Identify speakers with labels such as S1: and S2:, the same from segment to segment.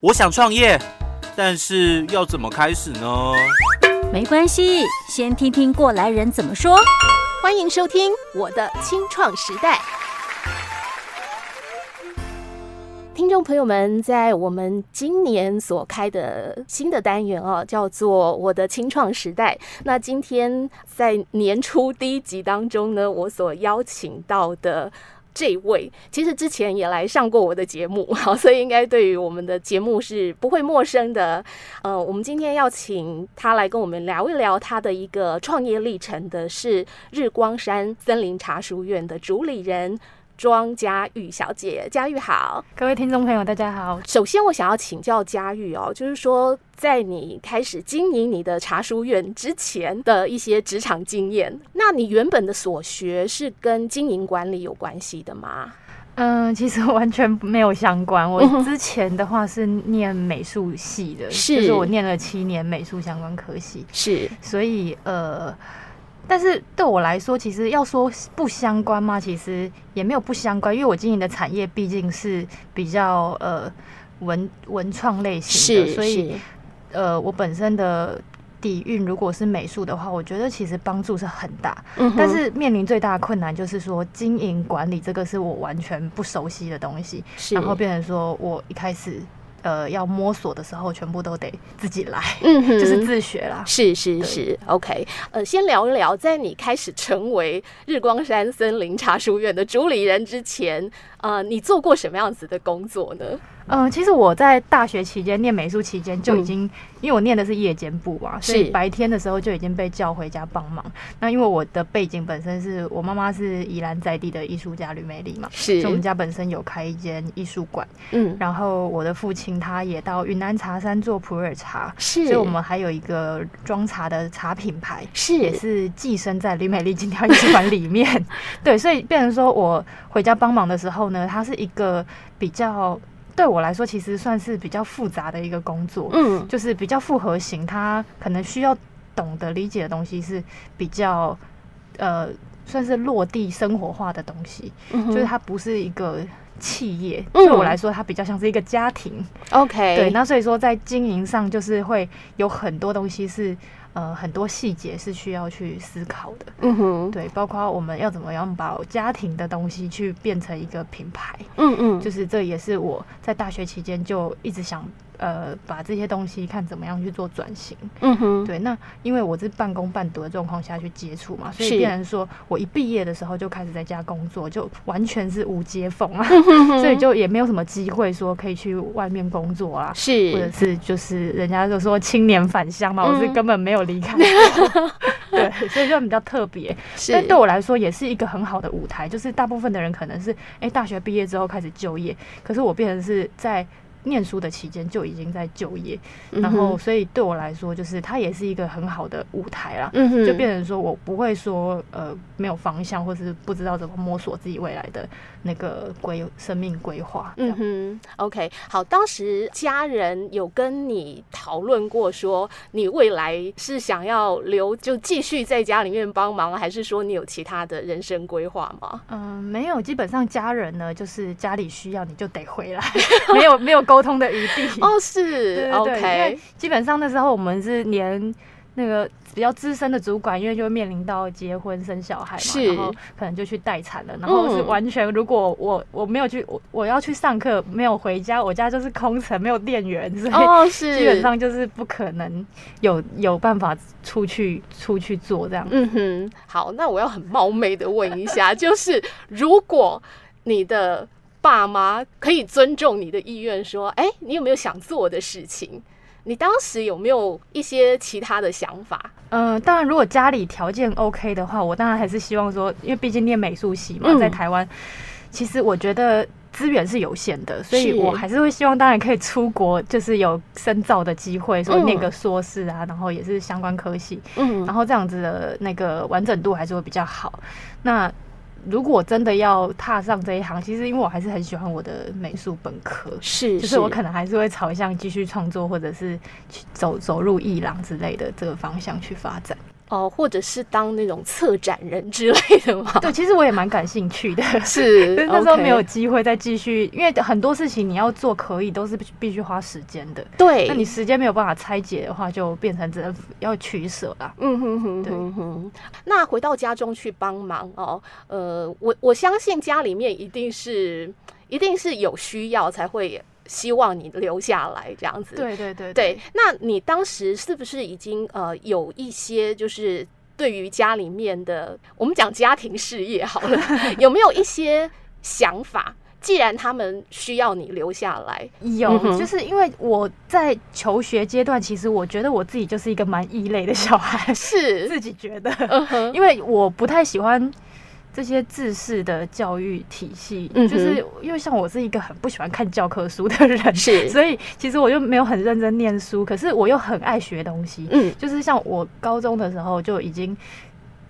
S1: 我想创业，但是要怎么开始呢？
S2: 没关系，先听听过来人怎么说。
S3: 欢迎收听《我的青创时代》。听众朋友们，在我们今年所开的新的单元啊，叫做《我的青创时代》。那今天在年初第一集当中呢，我所邀请到的。这位其实之前也来上过我的节目， 好，所以应该对于我们的节目是不会陌生的。呃，我们今天要请他来跟我们聊一聊他的一个创业历程的，是日光山森林茶书院的主理人庄佳玉小姐。佳玉好，
S4: 各位听众朋友，大家 好。
S3: 首先我想要请教佳玉哦，就是说在你开始经营你的茶书院之前的一些职场经验，那你原本的所学是跟经营管理有关系的吗？
S4: 嗯，其实完全没有相关。我
S3: 嗯哼
S4: 之前的话是念美术系的，
S3: 是
S4: 就是我念了七年美术相关科系，
S3: 是，
S4: 所以呃，但是对我来说，其实要说不相关嘛，其实也没有不相关，因为我经营的产业毕竟是比较呃文文创类型的，
S3: 是，
S4: 所以呃我本身的底蕴如果是美术的话，我觉得其实帮助是很大。
S3: 嗯哼，
S4: 但是面临最大的困难就是说，经营管理这个是我完全不熟悉的东西，
S3: 是，
S4: 然后变成说我一开始呃要摸索的时候，全部都得自己来，
S3: 嗯哼，
S4: 就是自学啦。
S3: 是是
S4: 对
S3: 是，OK，呃，先聊一聊，在你开始成为日光山森林茶书院的主理人之前，呃，你做过什么样子的工作呢？
S4: 嗯、其实我在大学期间念美术期间就
S3: 嗯
S4: 已经，因为我念的是夜间部嘛，所
S3: 是
S4: 以白天的时候就已经被叫回家帮忙。那因为我的背景本身是我妈妈是宜兰在地的艺术家吕美丽嘛，所
S3: 是
S4: 以我们家本身有开一间艺术馆，
S3: 嗯，
S4: 然后我的父亲他也到云南茶山做普洱茶，
S3: 是，
S4: 所以我们还有一个装茶的茶品牌，也
S3: 是
S4: 是寄生在吕美丽金条艺术馆里 面。对，所以变成说我回家帮忙的时候呢，它是一个比较对我来说，其实算是比较复杂的一个工作，
S3: 嗯，
S4: 就是比较复合型，它可能需要懂得理解的东西是比较呃，算是落地生活化的东西，
S3: 嗯
S4: 就是
S3: 哼
S4: 它不是一个。企业
S3: 嗯
S4: 对我来说，它比较像是一个家庭，
S3: OK，
S4: 对，那所以说在经营上就是会有很多东西是呃很多细节是需要去思考的，
S3: 嗯哼，
S4: 对，包括我们要怎么样把家庭的东西去变成一个品牌，
S3: 嗯嗯，
S4: 就是是这也是我在大学期间就一直想呃把这些东西看怎么样去做转型，
S3: 嗯哼，
S4: 对，那因为我是半工半读的状况下去接触嘛，所
S3: 是
S4: 以变成说我一毕业的时候就开始在家工作，就完全是无接缝啊，所以就也没有什么机会说可以去外面工作啊，或者
S3: 是
S4: 是就是人家就说青年返乡嘛，我是
S3: 嗯
S4: 根本没有离开过， 对，所以就比较特别。但
S3: 是
S4: 对我来说也是一个很好的舞台，就是大部分的人可能是哎、诶大学毕业之后开始就业，可是我变成是在。念书的期间就已经在就业，
S3: 嗯
S4: 然后所以对我来说，就是它也是一个很好的舞台啦，
S3: 嗯哼，
S4: 就变成说我不会说呃没有方向，或是不知道怎么摸索自己未来的那个规生命规划。这样
S3: 嗯哼，OK，好，当时家人有跟你讨论过说，你未来是想要留就继续在家里面帮忙，还是说你有其他的人生规划 吗？
S4: 嗯，没有，基本上家人呢，就是家里需要你就得回来，没有没有沟通的余地。
S3: 哦，是
S4: 对对对
S3: o
S4: 因为
S3: k
S4: 基本上那时候我们是连那个比较资深的主管，因为就会面临到结婚生小孩嘛，
S3: 是
S4: 然后可能就去待产了，然后是
S3: 嗯
S4: 完全如果我我没有去我我要去上课，没有回家，我家就是空城，没有电源，所以。
S3: 哦，是，
S4: 基本，上就是不可能有有办法出去出去做这样，
S3: 嗯哼，好，那我要很冒昧的问一下，就是如果你的爸妈可以尊重你的意愿，说，哎、你有没有想做的事情？你当时有没有一些其他的想法？
S4: 嗯，当然，如果家里条件 OK 的话，我当然还是希望说，因为毕竟念美术系嘛，
S3: 嗯
S4: 在台湾，其实我觉得资源是有限的，所以
S3: 是
S4: 我还是会希望，当然可以出国，就是有深造的机会，说念个硕士啊，然后也是相关科系，
S3: 嗯
S4: 然后这样子的那个完整度还是会比较好。那如果真的要踏上这一行，其实因为我还是很喜欢我的美术本科，
S3: 是，
S4: 就是我可能还是会朝向继续创作，或者是去走走入艺廊之类的这个方向去发展。
S3: 哦，或者是当那种策展人之类的吗？
S4: 对，其实我也蛮感兴 趣的，
S3: 是
S4: 但是那时候没有
S3: OK
S4: 机会再继续，因为很多事情你要做可以都是必须花时间的。
S3: 对，
S4: 那你时间没有办法拆解的话，就变成只能要取舍啦。
S3: 嗯哼哼哼哼，那回到家中去帮忙哦，呃，我我相信家里面一定是一定是有需要才会希望你留下来这样子。
S4: 对对对
S3: 对，那你当时是不是已经呃有一些就是对于家里面的，我们讲家庭事业好了， 有没有一些想法？既然他们需要你留下来，
S4: 有
S3: 嗯，哼
S4: 就是因为我在求学阶段，其实我觉得我自己就是一个蛮异类的小孩，
S3: 是，
S4: 自己觉得，
S3: 嗯哼，
S4: 因为我不太喜欢这些自式的教育体系，
S3: 嗯哼
S4: 就是因为像我是一个很不喜欢看教科书的人，
S3: 是
S4: 所以其实我就没有很认真念书，可是我又很爱学东西，
S3: 嗯，
S4: 就是像我高中的时候就已经。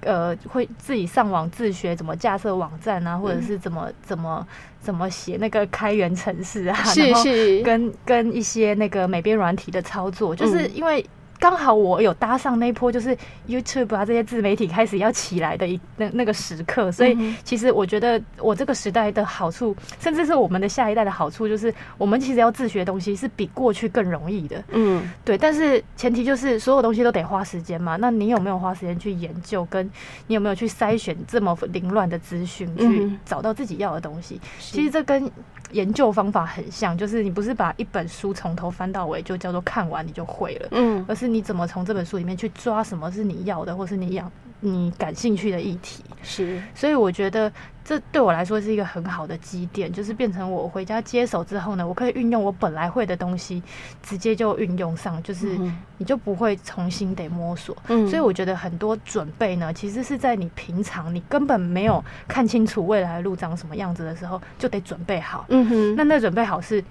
S4: 呃，会自己上网自学怎么架设网站啊，或
S3: 嗯
S4: 者是怎么怎么怎么写那个开源程式啊，
S3: 是
S4: 然后
S3: 是，
S4: 跟跟一些那个美编软体的操作，就是
S3: 嗯
S4: 因为刚好我有搭上那一波，就是 YouTube 啊这些自媒体开始要起来的一那那个时刻，所以
S3: 嗯哼
S4: 其实我觉得我这个时代的好处，甚至是我们的下一代的好处，就是我们其实要自学东西是比过去更容易的，
S3: 嗯，
S4: 对。但是前提就是所有东西都得花时间嘛，那你有没有花时间去研究，跟你有没有去筛选这么凌乱的资讯，
S3: 嗯
S4: 去
S3: 哼
S4: 找到自己要的东西？
S3: 其
S4: 其实这跟研究方法很像，就是你不是把一本书从头翻到尾，就叫做看完你就会了，
S3: 嗯
S4: 而是你怎么从这本书里面去抓什么是你要的，或是你要你感兴趣的议题。
S3: 是，
S4: 所以我觉得这对我来说是一个很好的积淀，就是变成我回家接手之后呢，我可以运用我本来会的东西，直接就运用上，就是
S3: 嗯
S4: 你就不会重新得摸索。
S3: 嗯
S4: 所以我觉得很多准备呢，其实是在你平常你根本没有看清楚未来的路长什么样子的时候，就得准备好。
S3: 嗯哼，
S4: 那那准备好是，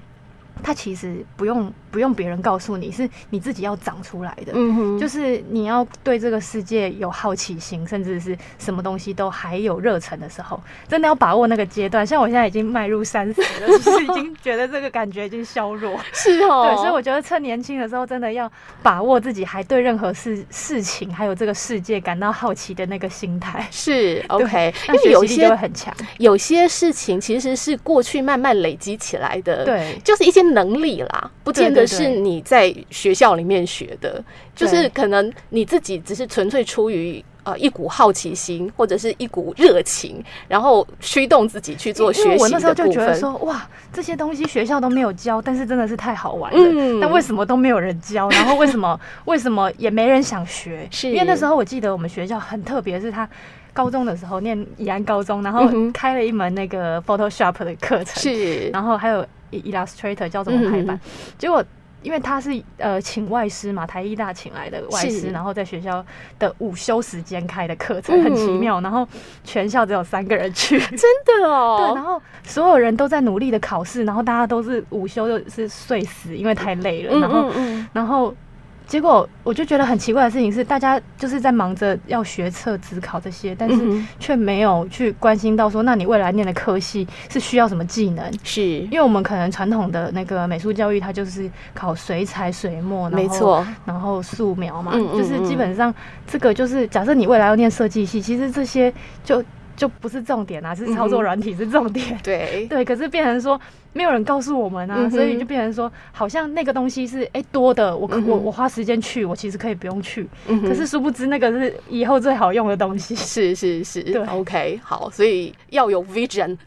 S4: 它其实不用不用别人告诉你，是你自己要长出来的。
S3: 嗯哼，
S4: 就是你要对这个世界有好奇心，甚至是什么东西都还有热忱的时候，真的要把握那个阶段。像我现在已经迈入三十了，其实已经觉得这个感觉已经 削弱。
S3: 是哦，
S4: 对，所以我觉得趁年轻的时候，真的要把握自己还对任何事事情，还有这个世界感到好奇的那个心态。
S3: 是
S4: 对
S3: OK，因
S4: 那
S3: 为有
S4: 学习力就
S3: 些
S4: 会很强。
S3: 有些事情其实是过去慢慢累积起来的，，
S4: 对，
S3: 就是一些能力啦，不见
S4: 对
S3: 得
S4: 对
S3: 是
S4: 对
S3: 你在学校里面学的，就是
S4: 对
S3: 可能你自己只是纯粹出于。呃，一股好奇心或者是一股热情，然后驱动自己去做
S4: 因为
S3: 学
S4: 我
S3: 习
S4: 那时候
S3: 的
S4: 就
S3: 部
S4: 觉得
S3: 分。
S4: 说，哇，这些东西学校都没有教，但是真的是太好玩了。
S3: 嗯
S4: 但为什么都没有人教？然后为 什么为什么也没人想学？
S3: 是
S4: 因为那时候我记得我们学校很特别，是他。高中的时候念宜安高中，然后
S3: 嗯哼
S4: 开了一门那个 Photoshop 的课程，
S3: 是
S4: 然后还有 Illustrator 教怎么排版，
S3: 嗯
S4: 结果。因为他是呃请外师嘛，台艺大请来的外
S3: 是
S4: 师，然后在学校的午休时间开的课
S3: 嗯
S4: 程，很奇妙。然后全校只有三个人去，对，
S3: 真的
S4: 然
S3: 哦，
S4: 后所有人都在努力的考试，然后大家都是午休就是睡死，因为太累了。然后
S3: 嗯
S4: 然后结果我就觉得很奇怪的事情是，大家就是在忙着要学测、职考这些，但
S3: 嗯
S4: 是
S3: 哼
S4: 却没有去关心到说，那你未来念的科系是需要什么技能？
S3: 是
S4: 因为我们可能传统的那个美术教育，它就是考水彩、水墨，然后
S3: 没，错，
S4: 然后素描嘛，
S3: 嗯嗯
S4: 就是基本上这个就是假设你未来要念设计系，其实这些就就不是重点啊，是操
S3: 嗯哼
S4: 作软体是重点。
S3: 对
S4: 对，可是变成说没有人告诉我们啊，
S3: 嗯哼
S4: 所以就变成说好像那个东西是哎、诶多的，我可、
S3: 嗯哼
S4: 我我花时间去，我其实可以不用去，
S3: 嗯哼
S4: 可是殊不知那个是以后最好用的东西。
S3: 是是是
S4: 对
S3: ，OK，好，所以要有 vision，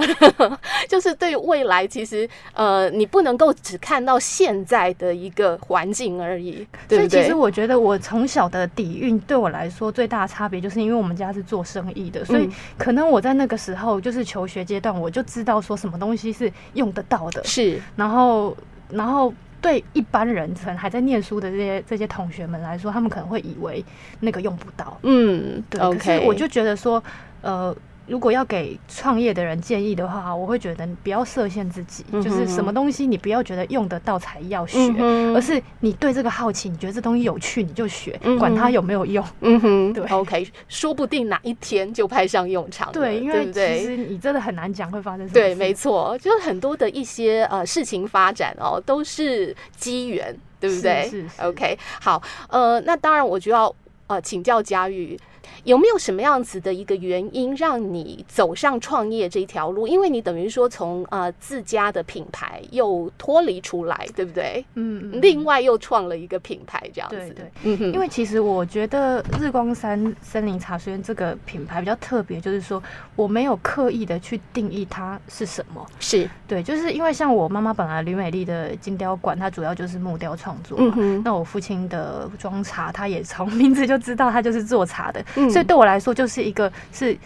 S3: 就是对未来，其实呃，你不能够只看到现在的一个环境而已，对
S4: 所以
S3: 不
S4: 其
S3: 对
S4: 实？我觉得我从小的底蕴对我来说最大的差别，就是因为我们家是做生意的，所以
S3: 嗯
S4: 可能我在那个时候就是求学阶段，我就知道说什么东西是用得到的，
S3: 是，
S4: 然后然后。对一般人，可能还在念书的这些这些同学们来说，他们可能会以为那个用不到，
S3: 嗯，
S4: 对可是
S3: ，OK，
S4: 我就觉得说，呃，如果要给创业的人建议的话，我会觉得你不要设限自己，
S3: 嗯哼
S4: 就是什么东西你不要觉得用得到才要学。
S3: 嗯哼
S4: 而是你对这个好奇，你觉得这东西有趣，你就学，
S3: 嗯哼
S4: 管它有没有用。
S3: 嗯哼，
S4: 对
S3: ，OK，说不定哪一天就派上用场了，
S4: 对，因
S3: 对
S4: 为
S3: 不
S4: 其
S3: 对？
S4: 实你真的很难讲会发生什么事。
S3: 对，没错，就是很多的一些呃事情发展哦，都是机缘，对不
S4: 是
S3: 对
S4: 是是
S3: o k 好，呃，那当然我就要呃请教佳玉，有没有什么样子的一个原因让你走上创业这一条路？因为你等于说从呃自家的品牌又脱离出来，对不对？
S4: 嗯，嗯
S3: 另外又创了一个品牌这样
S4: 对
S3: 子，
S4: 对，
S3: 嗯哼，
S4: 因为其实我觉得日光山森林茶水间这个品牌比较特别，就是说我没有刻意的去定义它是什么。
S3: 是，
S4: 对，就是因为像我妈妈本来吕美丽的金雕馆，它主要就是木雕创作
S3: 嗯
S4: 嘛。
S3: 哼，
S4: 那我父亲的装茶，他也从名字就知道他就是做茶的，
S3: 嗯
S4: 所以对我来说就是一个是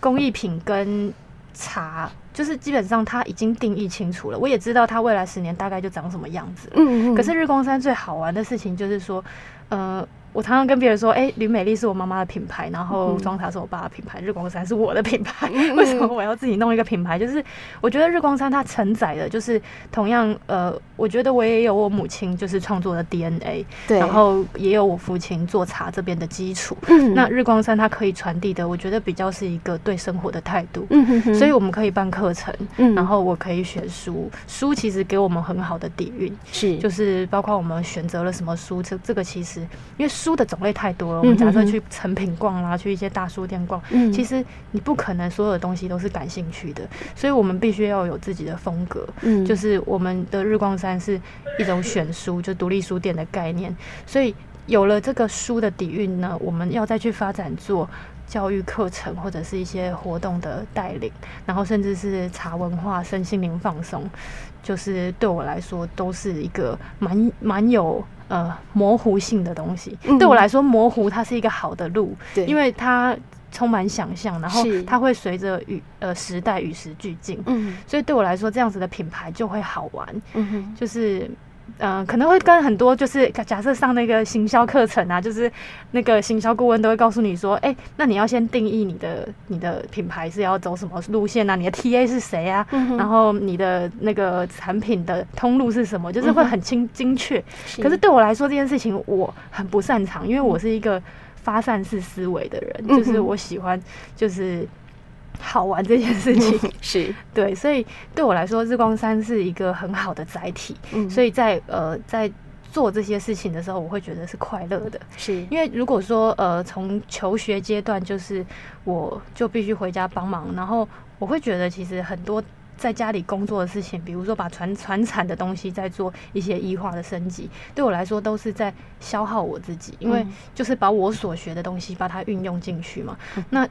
S4: 工艺品跟茶，就是基本上它已经定义清楚了。我也知道它未来十年大概就长什么样子了。
S3: 嗯嗯，
S4: 可是日光山最好玩的事情就是说，呃，我常常跟别人说，哎、吕美丽是我妈妈的品牌，然后
S3: 嗯
S4: 装茶是我爸的品牌，日光山是我的品牌， 为什么我要自己弄一个品牌？就是我觉得日光山它承载的，就是同样，呃，我觉得我也有我母亲就是创作的 DNA，
S3: 对，
S4: 嗯然后也有我父亲做茶这边的基础。
S3: 嗯
S4: 那日光山它可以传递的，我觉得比较是一个对生活的态度。
S3: 嗯哼哼，
S4: 所以我们可以办课程，
S3: 嗯
S4: 然后我可以选书，书其实给我们很好的底蕴。
S3: 是
S4: 就是包括我们选择了什么书，这这个其实因为书的种类太多了，我们假设
S3: 嗯哼哼
S4: 去成品逛啦，去一些大书店逛，
S3: 嗯
S4: 其实你不可能所有的东西都是感兴趣的，所以我们必须要有自己的风格。
S3: 嗯
S4: 就是我们的日光山是一种选书，就独立书店的概念，所以有了这个书的底蕴呢，我们要再去发展做。教育课程或者是一些活动的带领，然后甚至是茶文化、身心灵放松，就是对我来说都是一个蛮蛮有呃模糊性的东西。
S3: 嗯
S4: 对我来说，模糊它是一个好的路，
S3: 对，
S4: 因为它充满想象，然后
S3: 是
S4: 它会随着与呃时代与时俱进。
S3: 嗯
S4: 所以对我来说，这样子的品牌就会好玩，
S3: 嗯哼
S4: 就是。嗯、可能会跟很多就是假设上那个行销课程啊，就是那个行销顾问都会告诉你说，哎、那你要先定义你的你的品牌是要走什么路线啊，你的 TA 是谁啊，
S3: 嗯哼，
S4: 然后你的那个产品的通路是什么，就是会
S3: 嗯
S4: 很精精确。可是对嗯我来说，这件事情我很不擅长，因为我是一个发散式思维的人，
S3: 嗯
S4: 就是
S3: 哼
S4: 我喜欢就是好玩这件事
S3: 嗯
S4: 情。
S3: 是，
S4: 对，所以对我来说，日光山是一个很好的载体，
S3: 嗯
S4: 所以在呃在做这些事情的时候，我会觉得是快乐的。
S3: 是
S4: 因为如果说呃从求学阶段，就是我就必须回家帮忙，然后我会觉得其实很多。在家里工作的事情，比如说把传传产的东西再做一些异化的升级，对我来说都是在消耗我自己，因为
S3: 嗯
S4: 就是把我所学的东西把它运用进去嘛。
S3: 嗯
S4: 那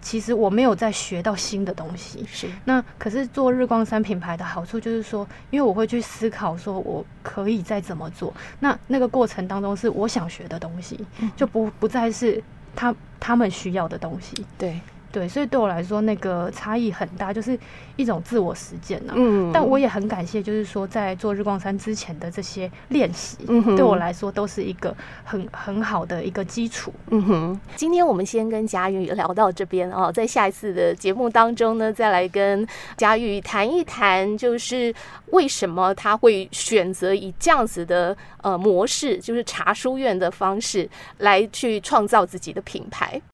S4: 其实我没有在学到新的东西，
S3: 是
S4: 那可是做日光山品牌的好处就是说，因为我会去思考说我可以再怎么做，那那个过程当中是我想学的东西，
S3: 嗯
S4: 就不不再是他他们需要的东西。
S3: 对，
S4: 对，所以对我来说，那个差异很大，就是一种自我实践呐、
S3: 嗯
S4: 但我也很感谢，就是说在做日光山之前的这些练习，
S3: 嗯哼
S4: 对我来说都是一个很很好的一个基础。
S3: 嗯哼，今天我们先跟佳玉聊到这边哦，在下一次的节目当中呢，再来跟佳玉谈一谈，就是为什么他会选择以这样子的呃模式，就是茶书院的方式来去创造自己的品牌。